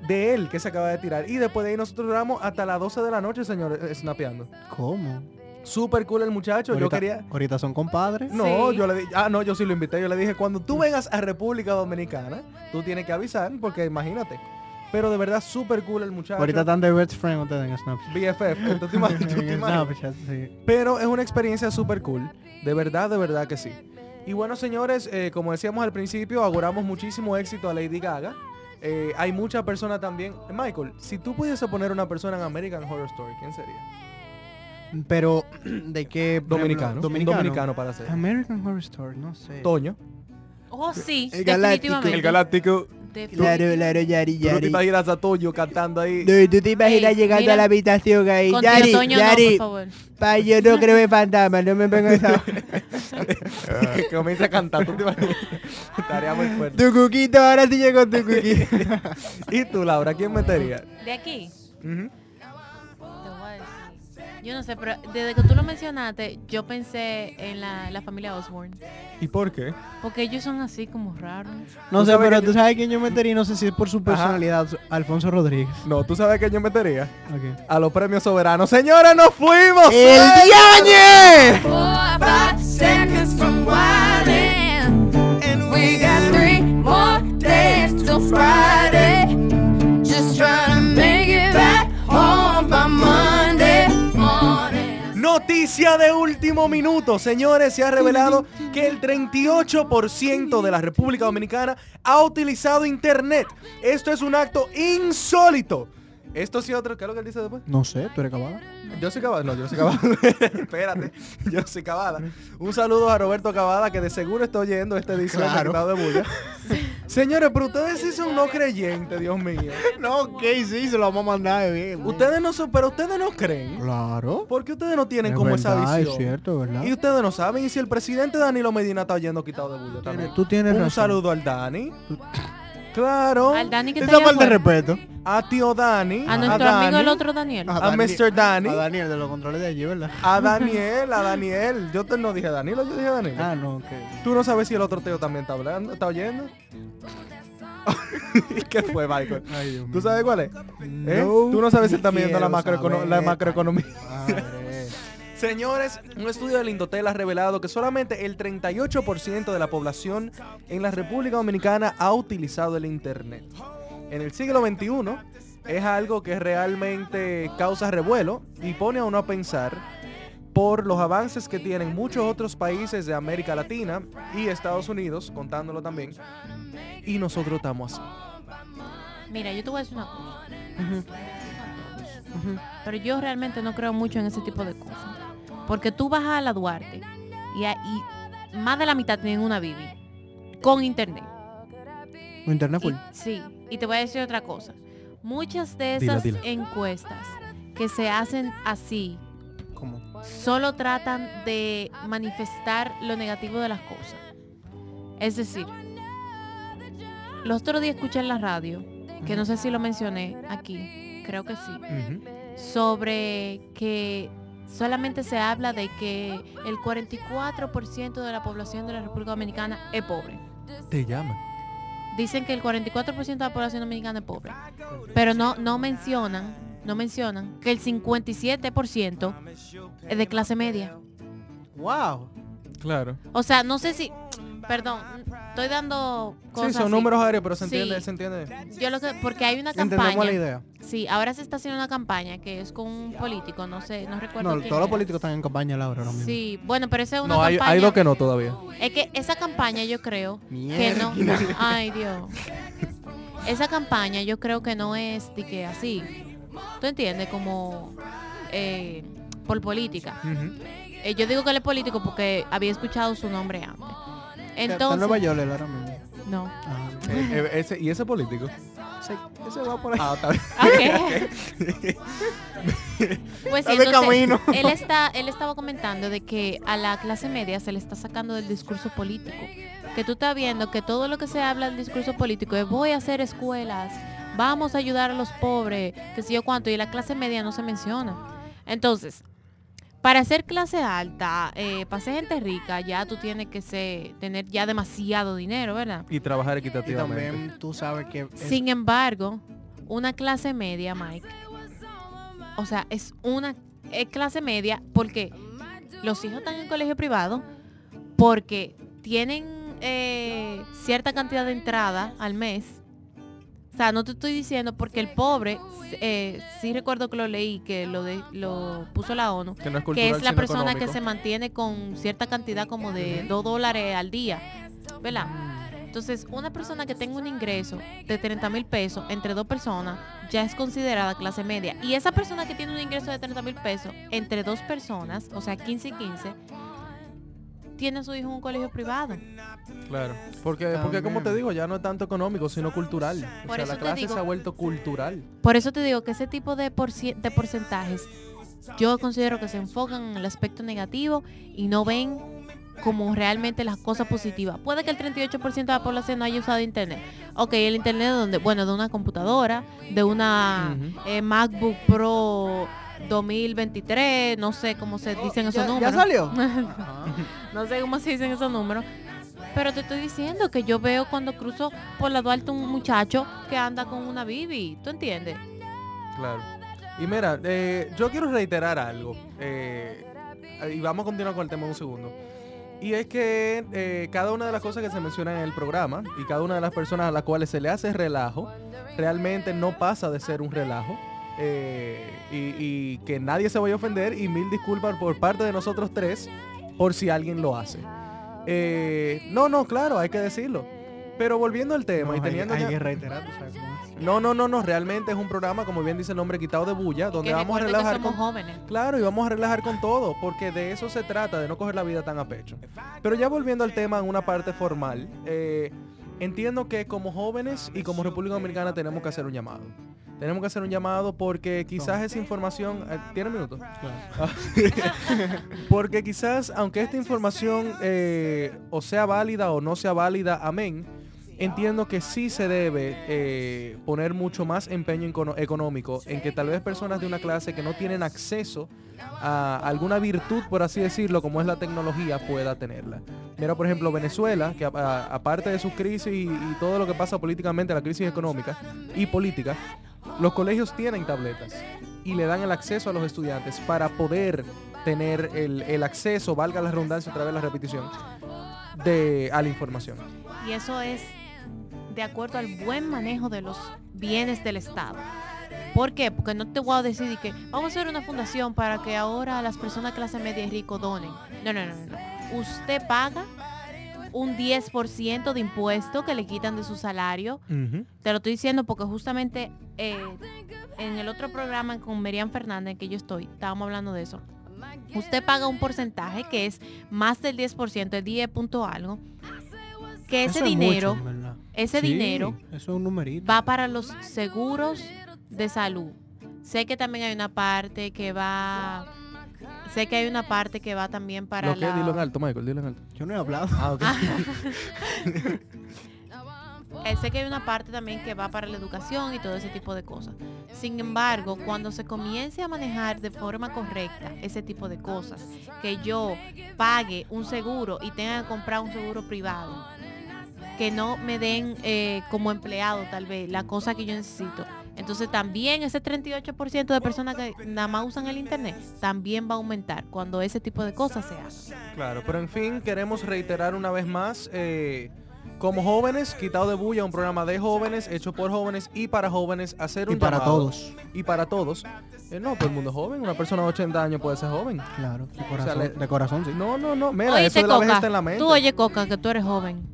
S4: de él que se acaba de tirar. Y después de ahí nosotros duramos hasta las 12 de la noche, señor, eh, snapeando.
S3: ¿Cómo?
S4: Súper cool el muchacho. Yo
S3: ahorita,
S4: quería...
S3: ahorita son compadres.
S4: No,
S2: Sí.
S4: yo le dije, ah, no, yo sí lo invité, yo le dije, cuando tú vengas a República Dominicana, tú tienes que avisar, porque imagínate. Pero de verdad, súper cool el muchacho.
S3: Ahorita están de best friend ustedes en Snapchat.
S4: BFF, tú te imaginas, tú te
S3: en
S4: imaginas.
S3: Snapchat, sí.
S4: Pero es una experiencia súper cool, de verdad, de verdad que sí. Y bueno, señores, eh, como decíamos al principio, auguramos muchísimo éxito a Lady Gaga. Eh, hay muchas personas también. Eh, Michael, si tú pudiese poner una persona en American Horror Story, ¿quién sería?
S3: Pero, ¿de qué? por
S4: Dominicano.
S3: ejemplo,
S4: Un
S3: Dominicano.
S4: dominicano para ser.
S3: American Horror Story, no sé.
S4: Toño.
S2: Oh, sí,
S3: El galáctico.
S2: definitivamente.
S3: El
S4: galáctico.
S2: Definitivamente.
S3: Yari,
S4: Tú no te imaginas a Toño cantando ahí.
S3: Tú, tú te
S2: Ey, mira.
S3: habitación ahí.
S2: Con tío Toño no, por favor.
S3: pa, yo no creo en fantasmas, no me vengo esa...
S4: Eh, que comienza a cantar. ¿Tú te imaginas? Estaría muy fuerte.
S3: tu cuquito, ahora sí llegó tu cuquito.
S4: ¿Y tú, Laura, quién metería?
S2: De aquí,
S4: Ujú.
S2: te voy a decir. Yo no sé, pero desde que tú lo mencionaste, yo pensé en la, la familia Osborne.
S4: ¿Y por qué?
S2: Porque ellos son así como raros.
S3: No
S4: Tú
S3: sé,
S4: sabes
S3: pero
S4: que
S3: tú sabes quién yo metería, no sé si es por su personalidad, Alfonso Rodríguez.
S4: No, tú sabes que yo metería
S3: Ok.
S4: a los premios soberanos. Señores, nos fuimos.
S3: ¡El
S4: ¡Sí!
S3: Diañe!
S1: Four or five seconds from wildin', and we got three more days till Friday. Just tryna make it back home by Monday morning.
S4: Noticia de último minuto, señores, se ha revelado que el 38% de la República Dominicana ha utilizado internet. Esto es un acto insólito. Esto sí otro, ¿qué es lo que él dice después?
S3: No sé, tú eres cabada.
S4: Yo soy Cavada, no, yo soy Cavada. Espérate, yo soy Cavada. Un saludo a Roberto Cavada que de seguro está oyendo este disco
S3: Claro.
S4: de bulla. Señores, pero ustedes sí son no creyentes, Dios mío.
S3: No, ¿qué sí, se lo vamos a mandar eh, bien.
S4: Ustedes no son, pero ustedes no creen.
S3: Claro.
S4: ¿Por qué ustedes no tienen
S3: Es
S4: como esa
S3: verdad, es
S4: visión?
S3: cierto, ¿verdad?
S4: Y ustedes no saben, y si el presidente Danilo Medina está yendo quitado de bulla también.
S3: Tú tienes
S4: Un
S3: razón.
S4: saludo al Dani. Claro.
S2: Al Dani que está
S3: Esa
S2: allá
S3: falta de
S2: afuera.
S3: respeto.
S4: A tío Dani.
S2: A nuestro
S4: Ah, Dani,
S2: amigo el otro Daniel.
S4: A Mr. Dani.
S3: A Daniel de los controles de allí, ¿verdad?
S4: A Daniel, a Daniel. Yo te, no dije Danilo, yo dije Danilo.
S3: Ah, no, ok.
S4: Tú no sabes si el otro tío también está hablando, está oyendo. ¿Qué fue, Michael?
S3: Ay, Dios mío.
S4: ¿Tú sabes cuál es? ¿Eh?
S3: No,
S4: Tú no sabes si
S3: ni
S4: está viendo la,
S3: quiero
S4: macroecono-
S3: saber.
S4: la macroeconomía.
S3: Madre.
S4: Señores, un estudio del Indotel ha revelado que solamente el 38% de la población en la República Dominicana ha utilizado el Internet. En el siglo XXI es algo que realmente causa revuelo y pone a uno a pensar por los avances que tienen muchos otros países de América Latina y Estados Unidos, contándolo también. Y nosotros estamos así.
S2: Mira, yo te voy a decir una cosa. Pero yo realmente no creo mucho en ese tipo de cosas. Porque tú vas a la Duarte y, a- y más de la mitad tienen una Bibi con internet.
S4: Ah,
S3: Internet full.
S2: Y- sí, y te voy a decir otra cosa. Muchas de
S4: Dila,
S2: esas
S4: dila.
S2: encuestas que se hacen así
S3: ¿Cómo?
S2: solo tratan de manifestar lo negativo de las cosas. Es decir, los otros días escuché en la radio, que no sé si lo mencioné aquí, creo que sí, sobre que solamente se habla de que el 44% de la población de la República Dominicana es pobre.
S4: Te llaman.
S2: dicen que el 44% de la población dominicana es pobre, pero no, no mencionan, no mencionan que el 57% es de clase media.
S3: Wow.
S4: Claro.
S2: O sea, no sé si, perdón, estoy dando cosas
S4: sí, son
S2: así.
S4: números aéreos, pero se entiende,
S2: Sí.
S4: se entiende.
S2: Yo lo que, porque hay una
S3: Entendemos la
S2: campaña.
S3: idea.
S2: Sí, ahora se está haciendo una campaña que es con un político, no sé, no recuerdo.
S3: No,
S2: quién
S3: todos los
S2: era.
S3: políticos están en campaña, Laura, ahora mismo.
S2: Sí, bueno, pero esa es una
S4: No, hay,
S2: campaña.
S4: hay dos que no todavía.
S2: Es que esa campaña yo creo que no.
S3: Mierda.
S2: Ay, Dios. Esa campaña yo creo que no es de que así. ¿Tú entiendes? Como eh, por política. Eh, yo digo que él es político porque había escuchado su nombre antes.
S3: Está en Nueva
S2: Entonces,
S3: York, él ahora mismo.
S2: no.
S3: Ah,
S4: Eh, eh, ese- ¿Y ese político?
S3: ese, ese va por ahí.
S4: Ah, está bien.
S2: Ok. pues sí,
S3: Está de
S2: entonces,
S3: camino.
S2: él está, él estaba comentando de que a la clase media se le está sacando del discurso político. Que tú estás viendo que todo lo que se habla del discurso político es voy a hacer escuelas, vamos a ayudar a los pobres, que sé yo cuánto, y la clase media no se menciona. Entonces, para ser clase alta, eh, para ser gente rica, ya tú tienes que ser, tener ya demasiado dinero, ¿verdad?
S4: Y trabajar
S3: Y
S4: equitativamente.
S3: también tú sabes que es-
S2: Sin embargo, una clase media, Mike, o sea, es una es clase media porque los hijos están en colegio privado, porque tienen eh, cierta cantidad de entrada al mes. O sea, no te estoy diciendo porque el pobre, eh, sí recuerdo que lo leí, que lo, de, lo puso la ONU,
S4: que no es
S2: que
S4: cultural,
S2: es la
S4: sino
S2: persona que
S4: económico.
S2: se mantiene con cierta cantidad como de 2 dólares al día, ¿verdad? Entonces, una persona que tenga un ingreso de 30 mil pesos entre dos personas ya es considerada clase media. Y esa persona que tiene un ingreso de 30 mil pesos entre dos personas, o sea, 15 y 15, tiene a su hijo en un colegio privado.
S4: Mm, Claro. Porque, porque como
S3: También.
S4: te digo, ya no es tanto económico, sino cultural. O
S2: Por
S4: sea,
S2: eso
S4: la
S2: te
S4: clase
S2: digo.
S4: se ha vuelto cultural.
S2: Por eso te digo que ese tipo de, porci- de porcentajes yo considero que se enfocan en el aspecto negativo y no ven como realmente las cosas positivas. Puede que el 38% de la población no haya usado internet. Ok, el internet de donde, bueno, de una computadora, de una
S4: Ujú.
S2: eh, MacBook Pro 2023, no sé cómo se dicen esos
S3: ya, ya
S2: números.
S3: salió. Ah, eh,
S2: No sé cómo se dicen esos números. Pero te estoy diciendo que yo veo cuando cruzo por la Duarte un muchacho que anda con una bibi. ¿Tú entiendes?
S4: Claro. Y mira, eh, yo quiero reiterar algo. eh, y vamos a continuar con el tema en un segundo. Y es que eh, cada una de las cosas que se mencionan en el programa y cada una de las personas a las cuales se le hace relajo, realmente no pasa de ser un relajo. eh, y, y que nadie se vaya a ofender y mil disculpas por parte de nosotros tres por si alguien lo hace. Eh, no, no, claro, hay que decirlo. Pero volviendo al tema
S3: No,
S4: y
S3: hay-
S4: teniendo
S3: hay
S4: ya-
S3: que reiterar, tú sabes cómo es.
S4: no, no, no, no, realmente es un programa, como bien dice el nombre, quitado de bulla, donde
S2: que
S4: vamos a
S2: recuerden que
S4: relajar
S2: somos
S4: con...
S2: jóvenes.
S4: Claro, y vamos a relajar con todo, porque de eso se trata, de no coger la vida tan a pecho. Pero ya volviendo al tema en una parte formal, eh, entiendo que como jóvenes y como República Dominicana tenemos que hacer un llamado. Tenemos que hacer un llamado porque quizás esa información... eh, ¿Tiene un minuto? Porque quizás, aunque esta información eh, o sea válida o no sea válida, amén, entiendo que sí se debe eh, poner mucho más empeño econo- económico en que tal vez personas de una clase que no tienen acceso a alguna virtud, por así decirlo, como es la tecnología, pueda tenerla. Mira, por ejemplo, Venezuela, que a- a- aparte de su crisis y, y todo lo que pasa políticamente, la crisis económica y política, los colegios tienen tabletas y le dan el acceso a los estudiantes para poder tener el, el acceso, valga la redundancia, otra vez la repetición, de, a la información.
S2: Y eso es de acuerdo al buen manejo de los bienes del Estado. ¿Por qué? Porque no te voy a decir de que vamos a hacer una fundación para que ahora las personas clase media y rico donen. No, no, no, no, no. Usted paga un 10% de impuesto que le quitan de su salario Te lo estoy diciendo porque justamente eh, en el otro programa con Merian Fernández que yo estoy, estábamos hablando de eso. Usted paga un porcentaje que es más del 10%, el 10 punto algo, que ese
S3: Eso es
S2: dinero,
S3: mucho, en verdad.
S2: ese
S4: Sí.
S2: dinero
S3: Eso es un numerito.
S2: va para los seguros de salud. Sé que también hay una parte que va, sé que hay una parte que va también para
S4: Lo que,
S2: la-
S4: dilo en alto, Michael, dilo en alto.
S3: Yo no he hablado.
S4: Ah, ok.
S2: Eh, sé que hay una parte también que va para la educación y todo ese tipo de cosas. Sin embargo, cuando se comience a manejar de forma correcta ese tipo de cosas, que yo pague un seguro y tenga que comprar un seguro privado, que no me den eh, como empleado tal vez la cosa que yo necesito. Entonces también ese 38% de personas que nada más usan el internet también va a aumentar cuando ese tipo de cosas se hagan.
S4: Claro, pero en fin, queremos reiterar una vez más, eh, como jóvenes, quitado de bulla, un programa de jóvenes, hecho por jóvenes y para jóvenes, hacer
S3: Y
S4: un
S3: para
S4: llamado.
S3: todos.
S4: Y para todos. Eh, no, todo el mundo es joven, una persona de 80 años puede ser joven.
S3: Claro, de
S4: O sea,
S3: corazón, Ah,
S4: le-
S3: de corazón, sí.
S4: No, no, no, mira, eso
S2: Oíste,
S4: de la vez
S2: Coca,
S4: está en la mente.
S2: Tú oye Coca, que tú eres joven.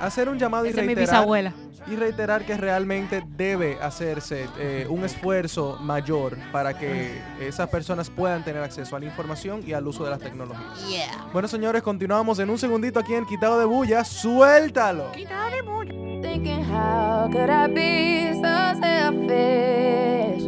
S4: Hacer un llamado y
S2: Esa es mi
S4: reiterar,
S2: bisabuela.
S4: y reiterar que realmente debe hacerse eh, un esfuerzo mayor para que esas personas puedan tener acceso a la información y al uso de las tecnologías.
S2: Yeah.
S4: Bueno, señores, continuamos en un segundito aquí en Quitado de Bulla. ¡Suéltalo!
S1: Thinking, how could I be so selfish?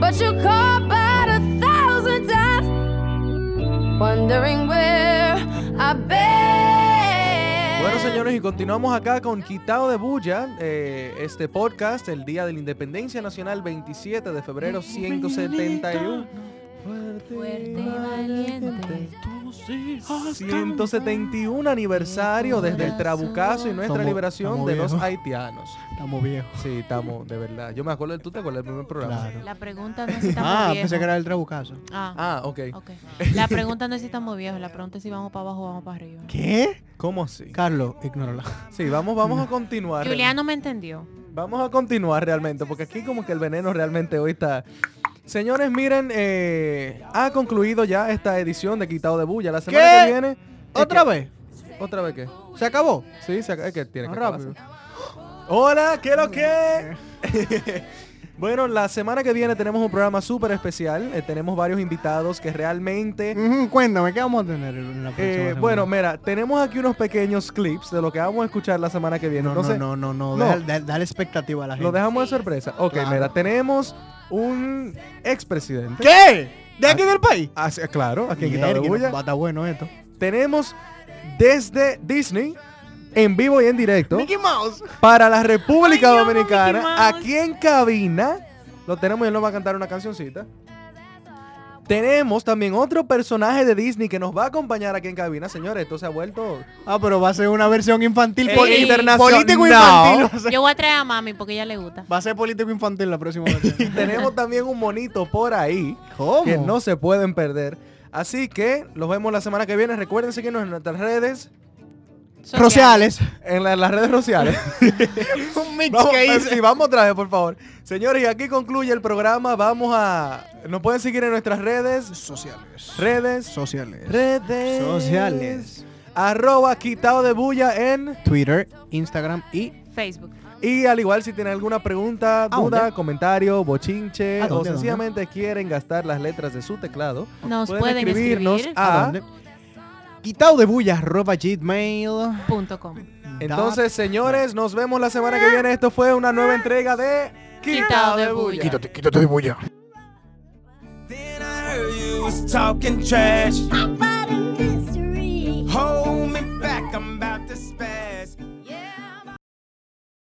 S1: But you called back a thousand times, wondering where I've been.
S4: Bueno, señores, y continuamos acá con Quitado de Bulla, eh, este podcast, el Día de la Independencia Nacional, 27 de febrero, 171.
S2: Fuerte y valiente.
S3: Ah,
S4: 171 aniversario desde el trabucazo y nuestra
S3: Estamos-
S4: liberación
S3: estamos
S4: de los
S3: viejos.
S4: haitianos.
S3: Estamos viejos.
S4: Sí, estamos, de verdad. Yo me acuerdo, ¿tú te acuerdas del primer programa?
S3: Claro.
S2: La pregunta no es si estamos
S3: Ah,
S2: viejos.
S3: pensé que era el trabucazo.
S2: Ah,
S4: Ah, ok.
S2: ok. La pregunta no es si estamos viejos, la pregunta es si vamos para abajo o vamos para arriba.
S3: ¿Qué?
S4: ¿Cómo así?
S3: Carlos, ignórala.
S4: Sí, vamos, vamos a continuar.
S2: Juliano me entendió.
S4: Vamos a continuar realmente, porque aquí como que el veneno realmente hoy está... Señores, miren, eh, ha concluido ya esta edición de Quitado de Bulla. La semana
S3: ¿Qué?
S4: que viene... es
S3: ¿Otra
S4: que-
S3: vez?
S4: ¿Otra vez qué?
S3: ¿Se acabó?
S4: Sí, se ac- es que tiene que
S3: Rápido.
S4: acabarse. Hola, ¿qué lo que? bueno, la semana que viene tenemos un programa súper especial. eh, tenemos varios invitados que realmente...
S3: Ujú, cuéntame, ¿qué vamos a tener en la próxima
S4: eh,
S3: semana?
S4: bueno, mira, tenemos aquí unos pequeños clips de lo que vamos a escuchar la semana que viene.
S3: no,
S4: Entonces,
S3: no, no, no, no,
S4: no.
S3: deja- da- Dale, expectativa a la gente.
S4: lo dejamos de sorpresa. Ok,
S3: Claro.
S4: mira, tenemos un expresidente.
S3: ¿Qué? ¿De aquí del país?
S4: Ah, sí, claro, aquí en Quitado de
S3: Mierda,
S4: Bulla.
S3: va a estar bueno esto.
S4: Tenemos desde Disney, en vivo y en directo,
S3: Mickey Mouse.
S4: para la República
S2: Ay, yo amo Mickey
S4: Dominicana,
S2: Mouse.
S4: aquí en cabina. Lo tenemos y él nos va a cantar una cancioncita. Tenemos también otro personaje de Disney que nos va a acompañar aquí en cabina, señores. Esto se ha vuelto...
S3: Ah, pero va a ser una versión infantil.
S4: Eh,
S3: pol-
S2: internacional.
S3: Político infantil. Va a, ser,
S2: Yo voy a traer a mami porque ella le gusta.
S3: va a ser político infantil la próxima
S4: Y
S3: vez.
S4: tenemos también un monito por ahí.
S3: ¿Cómo?
S4: que no se pueden perder. Así que los vemos la semana que viene. Recuerden seguirnos en nuestras redes,
S2: Social.
S3: Rociales.
S4: en, la- en las redes sociales.
S3: Un mix
S4: vamos,
S3: que hice.
S4: sí, vamos otra vez, por favor. Señores, y aquí concluye el programa. Vamos a... Nos pueden seguir en nuestras redes,
S3: Sociales.
S4: redes,
S3: Sociales.
S4: redes
S3: Sociales.
S4: Arroba quitado de bulla en...
S3: Twitter, Instagram y
S2: Facebook.
S4: Y al igual si tienen alguna pregunta,
S3: ¿A
S4: duda,
S3: dónde?
S4: comentario, bochinche
S3: ¿A
S4: o
S3: dónde, a dónde?
S4: sencillamente quieren gastar las letras de su teclado,
S2: Nos
S4: pueden,
S2: pueden
S4: escribirnos
S2: escribir.
S4: a...
S3: ¿A dónde? Quitado de bulla, arroba gmail.
S2: Punto com.
S4: Entonces, señores, nos vemos la semana que viene. Esto fue una nueva entrega de
S2: Quitado de Bulla.
S3: Quítate, quítate de bulla.
S5: Then I heard you was talking trash. About